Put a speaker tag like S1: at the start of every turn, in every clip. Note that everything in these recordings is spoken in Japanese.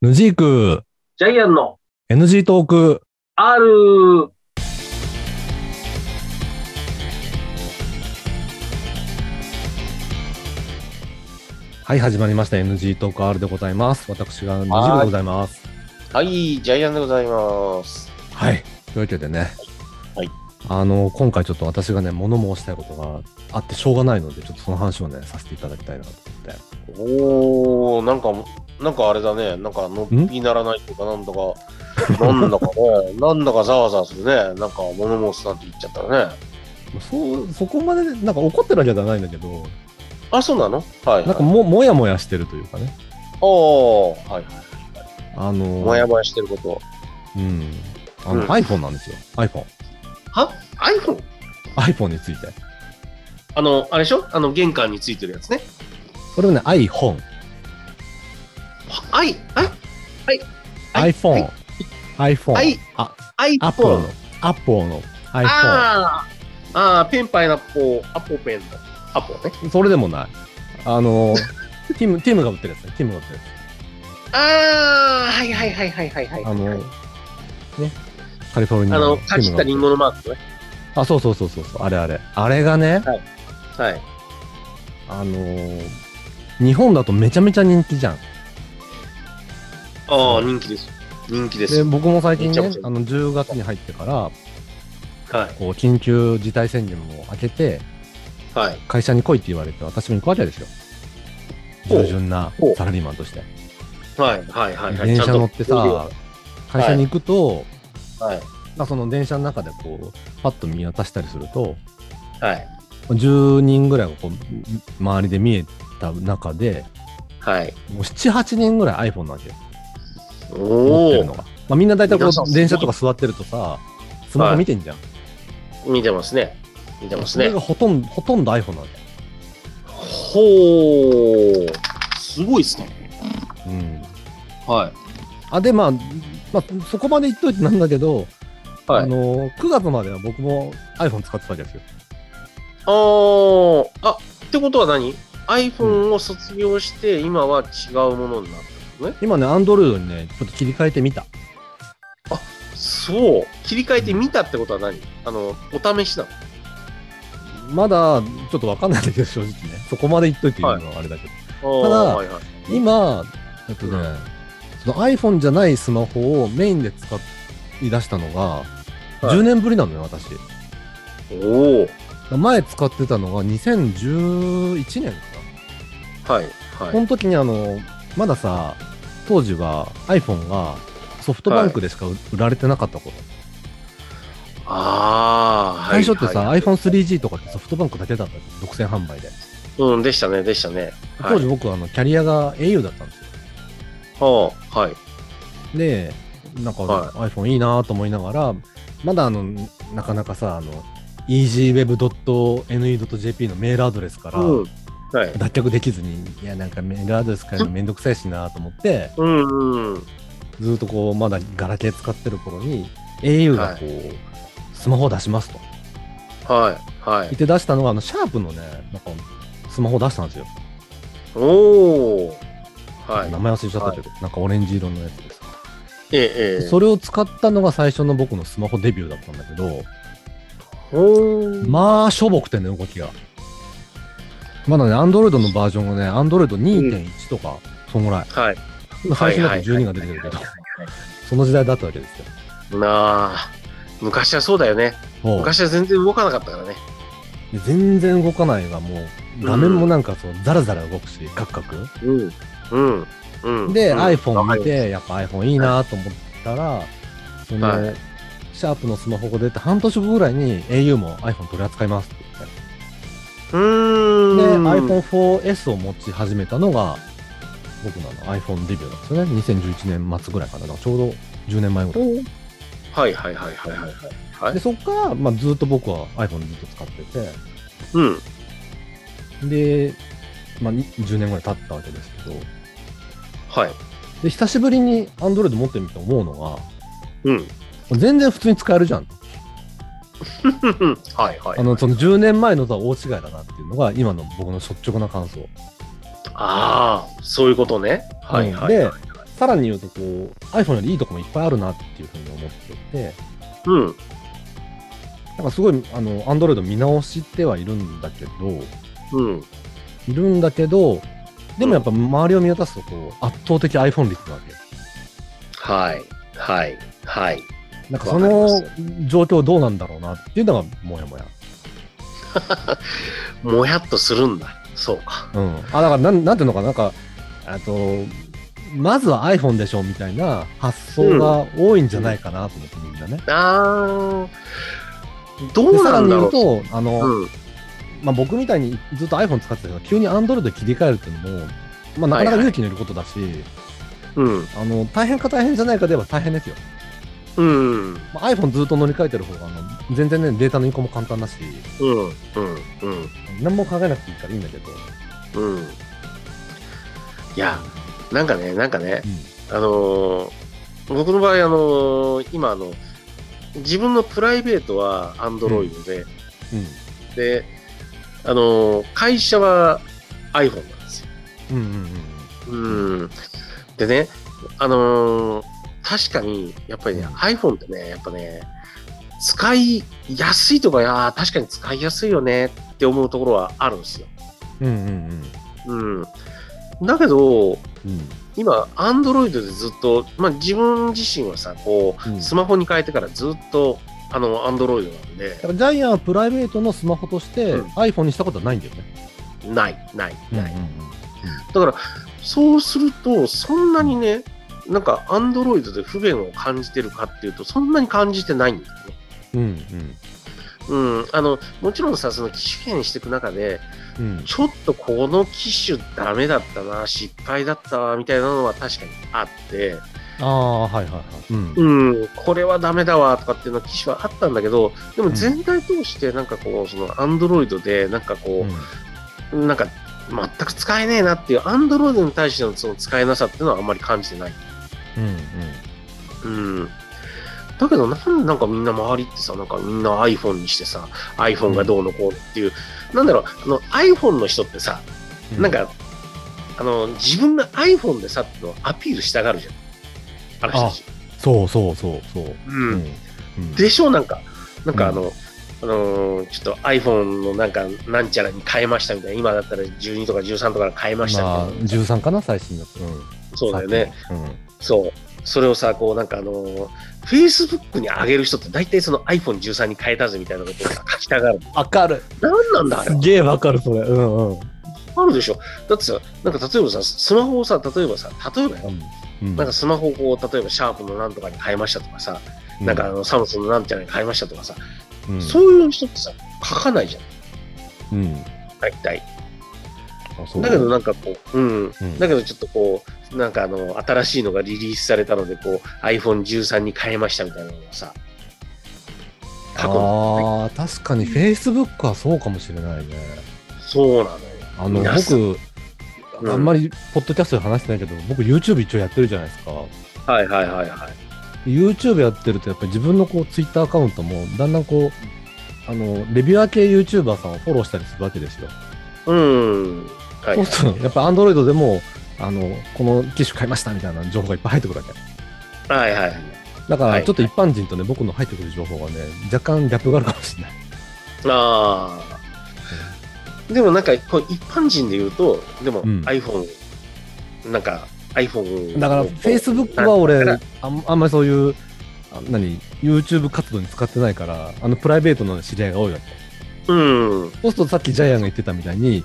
S1: ヌジーク、
S2: ジャイアンの
S1: NG トーク。
S2: R!
S1: はい、始まりました。NG トーク R でございます。私がヌジークでございます。
S3: はい、ジャイアンでございます。
S1: はい。というわけでね。
S3: はい。
S1: あの、今回ちょっと私がね、物申したいことがあってしょうがないので、ちょっとその話をね、させていただきたいなと思って。
S3: おー、なんか、なんかあれだね、なんかのっぴならないとか、なんだ か、なんだかね、なんだかざわざわするね、なんか物申すなんて言っちゃったらね。
S1: そう、そこまで、なんか怒ってるわけじゃないんだけど、
S3: あ、そうなのはい、
S1: なんか
S3: はい。
S1: も、もやもやしてるというかね。
S3: おー、はい、は
S1: あの、
S3: い。もやもやしてること。
S1: うん。あの、
S3: うん
S1: iPhone なんですよ。iPhone。
S3: は ?iPhone?
S1: iPhone について。
S3: あの、あれでしょあの、玄関についてるやつね。
S1: これをね、iPhone。
S3: i、はい
S1: iPhone。
S3: は
S1: iPhone
S3: い。
S1: あ、
S3: i、
S1: アップルの。アップルの iPhone。
S3: あー、あー、ペンパイナッポー、アポペンの。アポね。
S1: それでもない。あ の、ティム、ティムが売ってるやつね。ティムが売ってるや
S3: あー、はいはいはいはいはいはい。
S1: つ。あの、ね、カリフォルニア
S3: あの、
S1: テ
S3: かじ
S1: ィ
S3: っ
S1: ムが売って
S3: たリン
S1: る
S3: ゴのマークね。
S1: あ、そうそうそうそうそう。あれあれ。あれがね、
S3: はい。
S1: あのー、日本だとめちゃめちゃ人気じゃん。
S3: ああ、人気です。人気で
S1: で、
S3: す。
S1: 僕も最近
S3: めちゃ
S1: ね
S3: めち、ゃ
S1: あの、10月に入ってから、
S3: は
S1: こう、緊急事態宣言も開けて、
S3: い。はい。
S1: 会社に来いって言われて、私も行くわけですよ。
S3: ほう
S1: 従順な
S3: ほう
S1: サラリーマンとして。
S3: はい。はい。はい。はい。
S1: 電
S3: ちゃ
S1: 車
S3: んと
S1: 乗ってさ、会社に行くと、
S3: はい。
S1: まあその電車の中でこう、パッと見渡したりすると、
S3: はい。
S1: 10人ぐらいがこう周りで見えた中で
S3: はい。
S1: もう78人ぐらい iPhone なわけよ持って
S3: お
S1: るのが、まあ、みんな大体こ
S3: 皆さんす
S1: う
S3: ごい
S1: 電車とか座ってるとさスマホ見てんじゃん、
S3: お。見てますね。見てます
S1: それ
S3: ね
S1: が。ほとんどほとんど iPhone なわけ、
S3: ほー。すごいですね。
S1: うん、
S3: は
S1: あでまあ、まあ、そこまで言っといてなんだけど、
S3: い。は
S1: あ
S3: い。
S1: の9月までは僕も iPhone 使ってたわけですよ
S3: あー。あ、ってことは何 ?iPhone を卒業して、今は違うものになったのね。
S1: 今ね Android にねちょっと切り替えてみた
S3: そう。切り替えてみたってことは何あの、お試しなの
S1: まだちょっとわかんないんだけど正直ねそこまで言っといて言うのはあれだけど、
S3: あー
S1: ただ
S3: はいはい。
S1: 今、えっとね、
S3: うん
S1: その iPhone じゃないスマホをメインで使い出したのが、
S3: はい
S1: 10年ぶりなのよ、私。
S3: おー。
S1: 前使ってたのが2011年か
S3: はい。
S1: な。
S3: はい
S1: こ。の時にあの、まださ、当時は iPhone がソフトバンクでしか売売られてなかった頃。
S3: ああ、
S1: 最初ってさ、
S3: はい
S1: iPhone3G とかってソフトバンクだけだったの独占販売で。
S3: うん、でしたね、でしたね。はい
S1: 当時僕、あの、キャリアが au だったんですよ。
S3: はあ、はい。
S1: で、なんか
S3: は
S1: iPhone いいなと思いながら、まだあの、なかなかさ、あの、easyweb.ne.jp のメールアドレスから
S3: うん。はい。
S1: 脱却できずに、いや、なんかメールアドレス変えるのめんどくさいしなと思って、
S3: うん、うん。
S1: ずっとこう、まだガラケー使ってる頃に、au がこう、スマホを出しますと。
S3: はい、は
S1: 言っ
S3: い。
S1: て出したのが、あの、シャープのね、なんか、スマホを出したんですよ。
S3: おー。はい
S1: 名。前忘れちゃったけど、なんかオレンジ色のやつです。
S3: ええ、ええ。
S1: それを使ったのが最初の僕のスマホデビューだったんだけど、
S3: ほー。
S1: まあ、しょぼくてね、動きが。まだね、アンドロイドのバージョンがね、アンドロイド2.1とか、そんぐらい。
S3: はい。
S1: 最新だと12が出てくるけど、 その時代だったわけですよ。
S3: なあ。昔はそうだよね。
S1: もう
S3: 昔は全然動かなかったからね。
S1: で全然動かないが、もう、画面もなんかそう、ザラザラ動くし、カクカク。
S3: うん。うん。うん。
S1: で、
S3: うん
S1: iPhone 見。て、やっぱ iPhone いいなと思ったら、その、
S3: はい
S1: シャープのスマホが出て半年後ぐらいに au も iPhone 取り扱いますって言って。
S3: うーん。
S1: で、iPhone4S を持ち始めたのが、僕のあの iPhone デビューなんですよね。2011年末ぐらいかな。だからちょうど10年前ぐらい。
S3: おーはい、はい、はい、はい、はい。はい
S1: で、そっから、まあ、ずっと僕は iPhone ずっと使って
S3: うん。
S1: て、で、まあ、に10年ぐらい経ったわけですけど、
S3: はい。
S1: で、久しぶりに Android 持ってみて思うのが、
S3: うん。
S1: 全然普通に使えるじゃん。
S3: はい、はい。
S1: あの、その10年前のとは大違いだなっていうのが、今の僕の率直な感想。
S3: ああ、そういうことね。はい、はい。
S1: で、さらに言うとこう iPhone よりいいとこもいっぱいあるなっていうふうに思っていて
S3: うん。
S1: なんかすごいあの Android 見直してはいるんだけど
S3: うん。
S1: いるんだけどでもやっぱ周りを見渡すとこう圧倒的 iPhone 率なわけ
S3: はい。はい。はい。
S1: なんかその状況どうなんだろうなっていうのがもやもや。
S3: もやっとするんだ。そうか。
S1: うん。あ、だからなん、なんていうのかな、なんか、あと、まずは iPhone でしょみたいな発想が多いんじゃないかなと思って、みんなね。
S3: あー。ど
S1: で
S3: う
S1: さ
S3: な
S1: ら
S3: ん
S1: に
S3: だ
S1: 言
S3: ろ
S1: う
S3: う。
S1: と、あの、
S3: うん。
S1: まあ、僕みたいにずっと iPhone 使ってたけど、急に Android で切り替えるっていうのも、まあ、なかなか勇気のいることだし、
S3: うん。
S1: あの、大変か大変じゃないかでは大変ですよ。
S3: うん。
S1: まあ、iPhone ずっと乗り換えてる方が、あの、全然ね、データの移行も簡単だし、
S3: うん。うん。うん。
S1: 何も考えなくていいからいいんだけど、
S3: うん。いや、なんかね、なんかね、
S1: うん。
S3: あのー僕の場合、あのー今あの、自分のプライベートはアンドロイドで、で、あのー会社は iPhone なんですよ。
S1: うん。うんうんうん
S3: うん。でね、あのー確かに、やっぱりね、iPhone ってね、やっぱね、使いやすいとか、いやー確かに使いやすいよねって思うところはあるんですよ。
S1: うん。うんうんうん。
S3: うん。だけ
S1: う
S3: ど、
S1: ん。
S3: 今、アンドロイドでずっと、まあ、自分自身はさ、こう、
S1: うん
S3: スマホに変えてからずっと、あの、アンドロイドなんで
S1: だ、からジャイアンはプライベートのスマホとして
S3: うん
S1: iPhone にしたことはないんだよね。
S3: ない、ない、ない。
S1: うん
S3: だから、そうすると、そんなにね、なんか、アンドロイドで不便を感じてるかっていうと、そんなに感じてないんだよね。
S1: うんうん
S3: うん、あの、もちろんさ、その機種変していく中で、
S1: うんうん
S3: ちょっとこの機種ダメだったな、失敗だったわ、みたいなのは確かにあって、
S1: ああ、はいはいはい。うん
S3: うん、これはダメだわとかっていうのは機種はあったんだけど、でも全体通してなんかこう、そのアンドロイドでなんかこう、なんか全く使えねえなっていう、アンドロイドに対してのその使えなさっていうのはあんまり感じてない。
S1: うんうん
S3: うん。だけどなんでなんかみんな周りってさ、なんかみんな iPhone にしてさ、iPhone がどうのこうのっていう、なんだろう、あの iPhone の人ってさ、
S1: うん
S3: なん、か、あの、自分が iPhone でさっていうのをアピールしたがるじゃん。あの人たち。
S1: そうそうそうそう。
S3: うん。
S1: うん
S3: でしょなんか、なんかあの、
S1: う
S3: あのーちょっと iPhone のなんか、なんちゃらに変えましたみたいな、今だったら12とか13とか変えましたみ
S1: まあ、
S3: たいな、
S1: 13かな、最新の。うん
S3: そうだよね、。
S1: さっきの
S3: そう、それをさ、こうなんかあのー、Facebook に上げる人って、大体その iPhone13 に変えたぜみたいなことをさ書きたがる。
S1: うんわかる。
S3: なんなんだ、あれ
S1: す。げえわかる、それ。うんうん。うん
S3: あるでしょ。だってさ、なんか例えばさ、スマホをさ、例えばさ、例えばよ。
S1: うん
S3: なんかスマホをこう、例えばシャープのなんとかに変えましたとかさ、なんかあ、のサムスンのなんちゃらに変えましたとかさ、
S1: うん
S3: そういう人ってさ、書かないじゃん、
S1: うん。
S3: 大体。
S1: あそう
S3: だけどなんかこう、うん、
S1: うん
S3: だけどちょっとこう、なんかあの、新しいのがリリースされたので、こう、iPhone13 に変えましたみたいなのがさ、過去の。
S1: ああ、確かに Facebook はそうかもしれないね。
S3: そうなのよ。
S1: あの、
S3: 皆さん
S1: 僕、
S3: うん
S1: あんまり、ポッドキャストで話してないけど、僕、YouTube 一応やってるじゃないですか。
S3: はいはいはいはい。
S1: YouTube やってると、やっぱり自分のこう、Twitter アカウントも、だんだんこう、あの、レビュアー系 YouTuber さんをフォローしたりするわけですよ。
S3: うん。はい。
S1: そうすると、やっぱ Android でも、あの、この機種買いましたみたいな情報がいっぱい入ってくるわけ。
S3: はいはい。
S1: だか
S3: は
S1: ら、
S3: い
S1: ちょっと一般人とね、僕の入ってくる情報がね、若干ギャップがあるかもしれない。
S3: ああ。でもなんか、こう一般人で言うと、でも
S1: うん
S3: iPhone、なんか iPhone。
S1: だから、Facebook は俺、あんあんまりそういう、あ何、YouTube 活動に使ってないから、あの、プライベートの知り合いが多いわけ。
S3: うん。うん。
S1: そうするとさっきジャイアンが言ってたみたいに、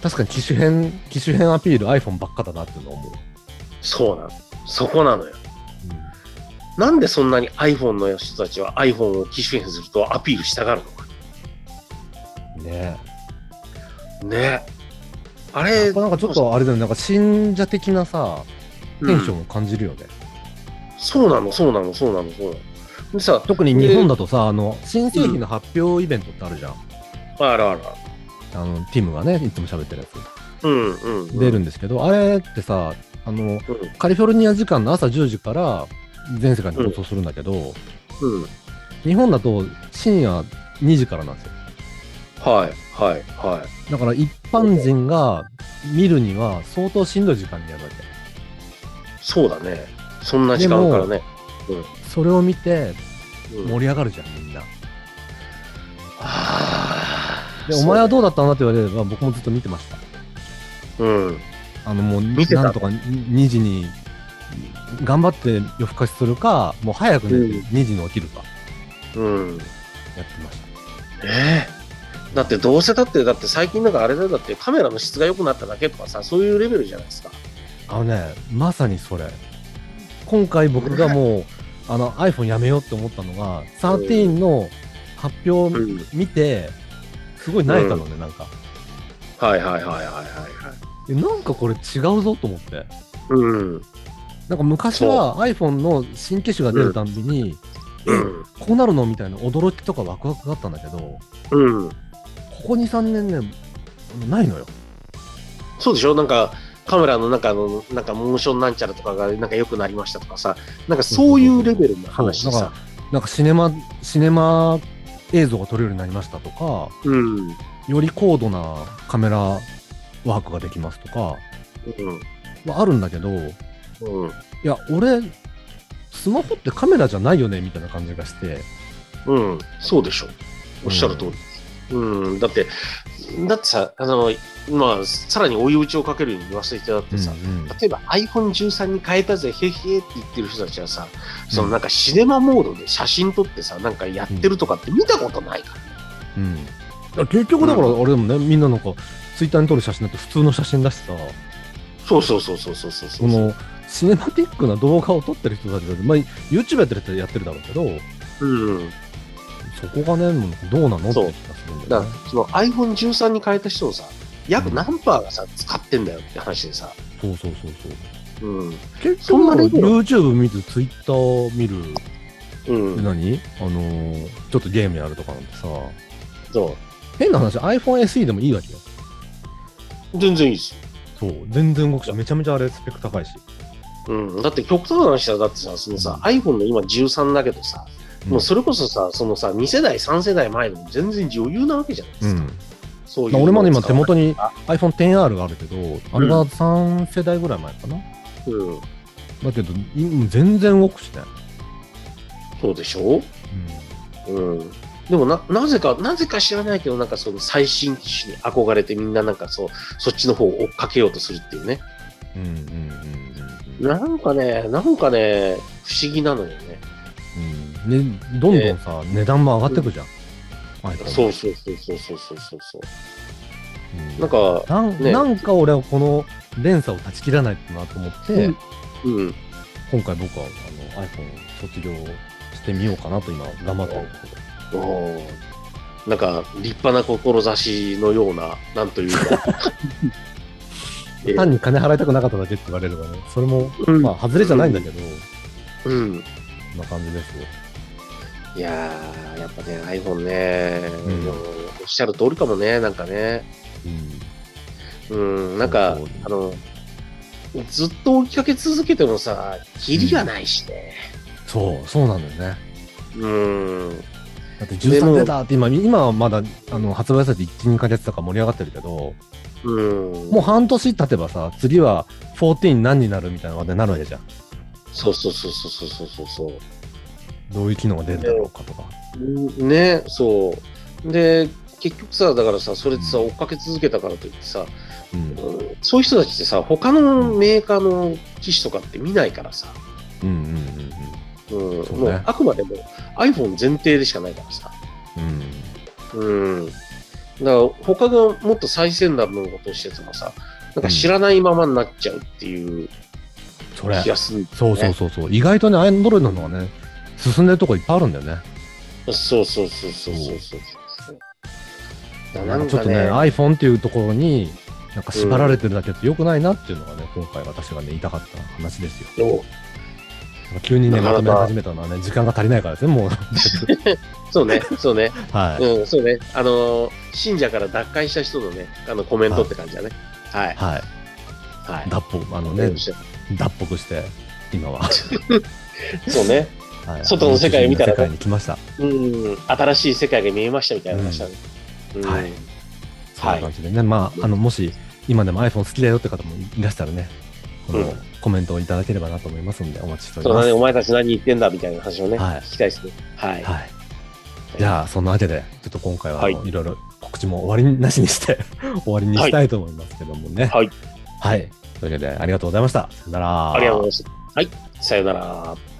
S1: 確かに機種変、機種変アピール iPhone ばっかだなっていうのを思う。
S3: そうなの。そこなのよ。なんでそんなに iPhone の人たちは iPhone を機種変するとアピールしたがるのか
S1: ね
S3: ねあ
S1: え。や
S3: れ、
S1: っぱなんかちょっとあれだよね、なんか信者的なさ、
S3: うん
S1: テンションを感じるよね。
S3: そうなの、そうなの、そうなの、そうなの。でさ、
S1: 特に日本だとさ、あの、新製品の発表イベントってあるじゃん。
S3: あらあら。
S1: あの、ティムがね、いつも喋ってるやつ。
S3: うんうん、うん。
S1: 出るんですけど、あれってさ、あの、
S3: うん
S1: カリフォルニア時間の朝10時から全世界に放送するんだけど、
S3: うん。
S1: 日本だと深夜2時からなんですよ。
S3: はい、はい、は
S1: だから一般人が見るには相当しんどい時間にやるわけ。
S3: い。そうだね。そんな時間からね。
S1: それを見て
S3: うん
S1: 盛り上がるじゃん、みんな。
S3: あー
S1: で、お前はどうだったんだって言われれば、僕もずっと見てました。
S3: そううん。
S1: あの、もう、
S3: 見てた
S1: なんとか2時に、頑張って夜更かしするか、もう早く寝て
S3: うん
S1: 2時に起きるか、
S3: う
S1: やっ
S3: ん。
S1: てました。
S3: ねえだってどうせだって、だって最近なんかあれだよだってカメラの質が良くなっただけとかさ、そういうレベルじゃないですか。
S1: あのね、まさにそれ。今回僕がも う、あの iPhone やめようって思ったのが、13の発表を
S3: うん。
S1: 見て、すごい泣いたのね、なんか。
S3: はいはいはいはいはいはい。
S1: えなんかこれ違うぞと思って。
S3: うん。
S1: なんか昔は iPhone の新機種が出るたんびに、
S3: うん。
S1: こうなるのみたいな驚きとかワクワクがあったんだけど、こ
S3: うん。
S1: こ2、3年ね、ないのよ。
S3: そうでしょなんか、カメラの中の、なんか、モーションなんちゃらとかが、なんか良くなりましたとかさ、なんかそういうレベルの
S1: そう
S3: 話
S1: だ
S3: で
S1: から
S3: さ。、
S1: なんかシネマ、シネマ映像が撮れるようになりましたとか、
S3: うん。うん。
S1: より高度なカメラワークができますとか、はあるんだけど、い
S3: うん。
S1: や、俺、スマホってカメラじゃないよねみたいな感じがして、
S3: うん。そうでしょおっしゃる通り。うん。だって、だってさ、あの、まあ、さらに追い打ちをかけるように言わせていただくとさ、
S1: うん
S3: 例えば iPhone13 に変えたぜ、へへって言ってる人たちはさ、そのなんかシネマモードで写真撮ってさ、なんかやってるとかって見たことないから。
S1: うんうんいや結局だからあれでもね、みんななんかツイッターに撮る写真だって普通の写真だしさ
S3: そうそうそうそうそうそうそ。
S1: そうのシネマティックな動画を撮ってる人たちだって、まあ、YouTube やってる人はやってるだろうけど
S3: うん。
S1: そこがねもうどうなのって
S3: そう
S1: 気がするんだ
S3: だ
S1: よ
S3: か
S1: ね
S3: ら、その iPhone13 に変えた人をさ、約何パーがさ、使ってんだよって話でさ、
S1: そうそうそうそう
S3: うん。
S1: 結
S3: そんな
S1: 局
S3: レベル
S1: YouTube 見るツイッター見る、
S3: うん。
S1: 何あのーちょっとゲームやるとかなんてさ
S3: そ
S1: 変な話 iPhoneSE でもいいわけよ
S3: う。全然いいですよ。
S1: そう全然動くしめちゃめちゃあれスペック高いし、
S3: うん。だって極端な話だよだってさ、そのさ、iPhone の今13だけどさ、もうそれこそさ、そのさ、2世代、3世代前でも全然余裕なわけじゃないで
S1: う
S3: すか。
S1: ん
S3: そういう
S1: まあ
S3: のを
S1: 俺まで今
S3: 使
S1: 手
S3: わない
S1: 元に iPhone10R があるけど、あれが3世代ぐらい前かな。
S3: うん。
S1: だけど、い全然動くしね。
S3: そうでしょうん。でもな、なぜか、なぜか知らないけど、なんかその最新機種に憧れてみんななんかそう、そっちの方を追っかけようとするっていうね。
S1: うん。うんうんうんうん
S3: なんかね、なんかね、不思議なのよね。
S1: うんうん。ね、どんどんさ、値段も上がってくじゃん。iPhone
S3: そうそうそうそうそうそうそうそう。
S1: うん
S3: なんか、
S1: なん
S3: ね
S1: なんか俺はこの連鎖を断ち切らないとなと思って、
S3: うんうん。
S1: 今回僕はあの iPhone を卒業してみようかなと今頑張ってるんだけど。
S3: おーなんか、立派な志のような、 なんというか。ええ
S1: 単に金払いたくなかっただけって言われればね、それも、
S3: うん
S1: まあ、外れじゃないんだけど、
S3: うん。
S1: そんな感じですよ。
S3: いやー、やっぱね、iPhone ね、
S1: うん
S3: おっしゃる通りかもね、なんかね。
S1: うん
S3: うん、なんか
S1: そう、
S3: あの、ずっと追いかけ続けてもさ、キリがないしね。
S1: そう、そうなんだよね。
S3: うん、
S1: だって
S3: で
S1: 13
S3: も
S1: 出たって今、今はまだあの発売されて1、2ヶ月とか盛り上がってるけど、
S3: うん、
S1: もう半年経てばさ、次は14何になるみたいな話題になるわけじゃん。
S3: そうそうそうそうそうそうそう。
S1: どういう機能が出るんだろうかとか。
S3: うんね、そう。で、結局さ、だからさ、それでさ、追っかけ続けたからといってさ、
S1: うん。
S3: うんそういう人たちってさ、他のメーカーの機種とかって見ないからさ、
S1: うんうんうんうん。
S3: うん、
S1: そうね
S3: もうあくまでも iPhone 前提でしかないからさ。
S1: うん。
S3: うん。だから他がもっと最先端のことをしててもさ、なんか知らないままになっちゃうっていう
S1: それ。
S3: 気がする、ね
S1: そうそうそうそう。意外とね、アンドロイドの方がね、進んでるとこいっぱいあるんだよね。
S3: そうそうそうそうそうそうそう。だからなん
S1: ちょ
S3: か
S1: っとね、
S3: ね、
S1: iPhone っていうところに、なんか縛られてるだけって良くないなっていうのがね、今回私がね、言いたかった話ですよ。
S3: そう
S1: 急にね、ま
S3: なか
S1: とめ
S3: なか
S1: 始めたのはね、時間が足りないからですね、 もう。
S3: そうね、そうね、
S1: はい。
S3: うん、そうね、あのー、信者から脱会した人のね、あのコメントって感じだね。は
S1: は
S3: い、
S1: い。
S3: はい。
S1: 脱北、あの
S3: う
S1: ね
S3: ん、そ
S1: 脱北して、今は。
S3: うね、
S1: はい
S3: 外の世界を見たらね
S1: 世界に来ました。
S3: うん、新しい世界が見えましたみたいな話だね。うん
S1: はいそん
S3: は
S1: ない感じでね、まあ、あの、もし、今でも iPhone 好きだよって方もいらしたらね、こ
S3: うん
S1: のコメントをいただければなと思いますので、お待ちしており
S3: そう
S1: ま
S3: だ
S1: す。
S3: ね、お前たち何言ってんだみたいな話をね、
S1: はい
S3: 聞きたいですね。はい。
S1: はい。じゃあ、そんなわけで、ちょっと今回は、
S3: はい
S1: い、ろいろ告知も終わりなしにして、終わりにしたいと思いますけどもね。
S3: はい。
S1: はい。というわけで、ありがとうございました。さよなら。
S3: ありがとうございました。はい。さよなら。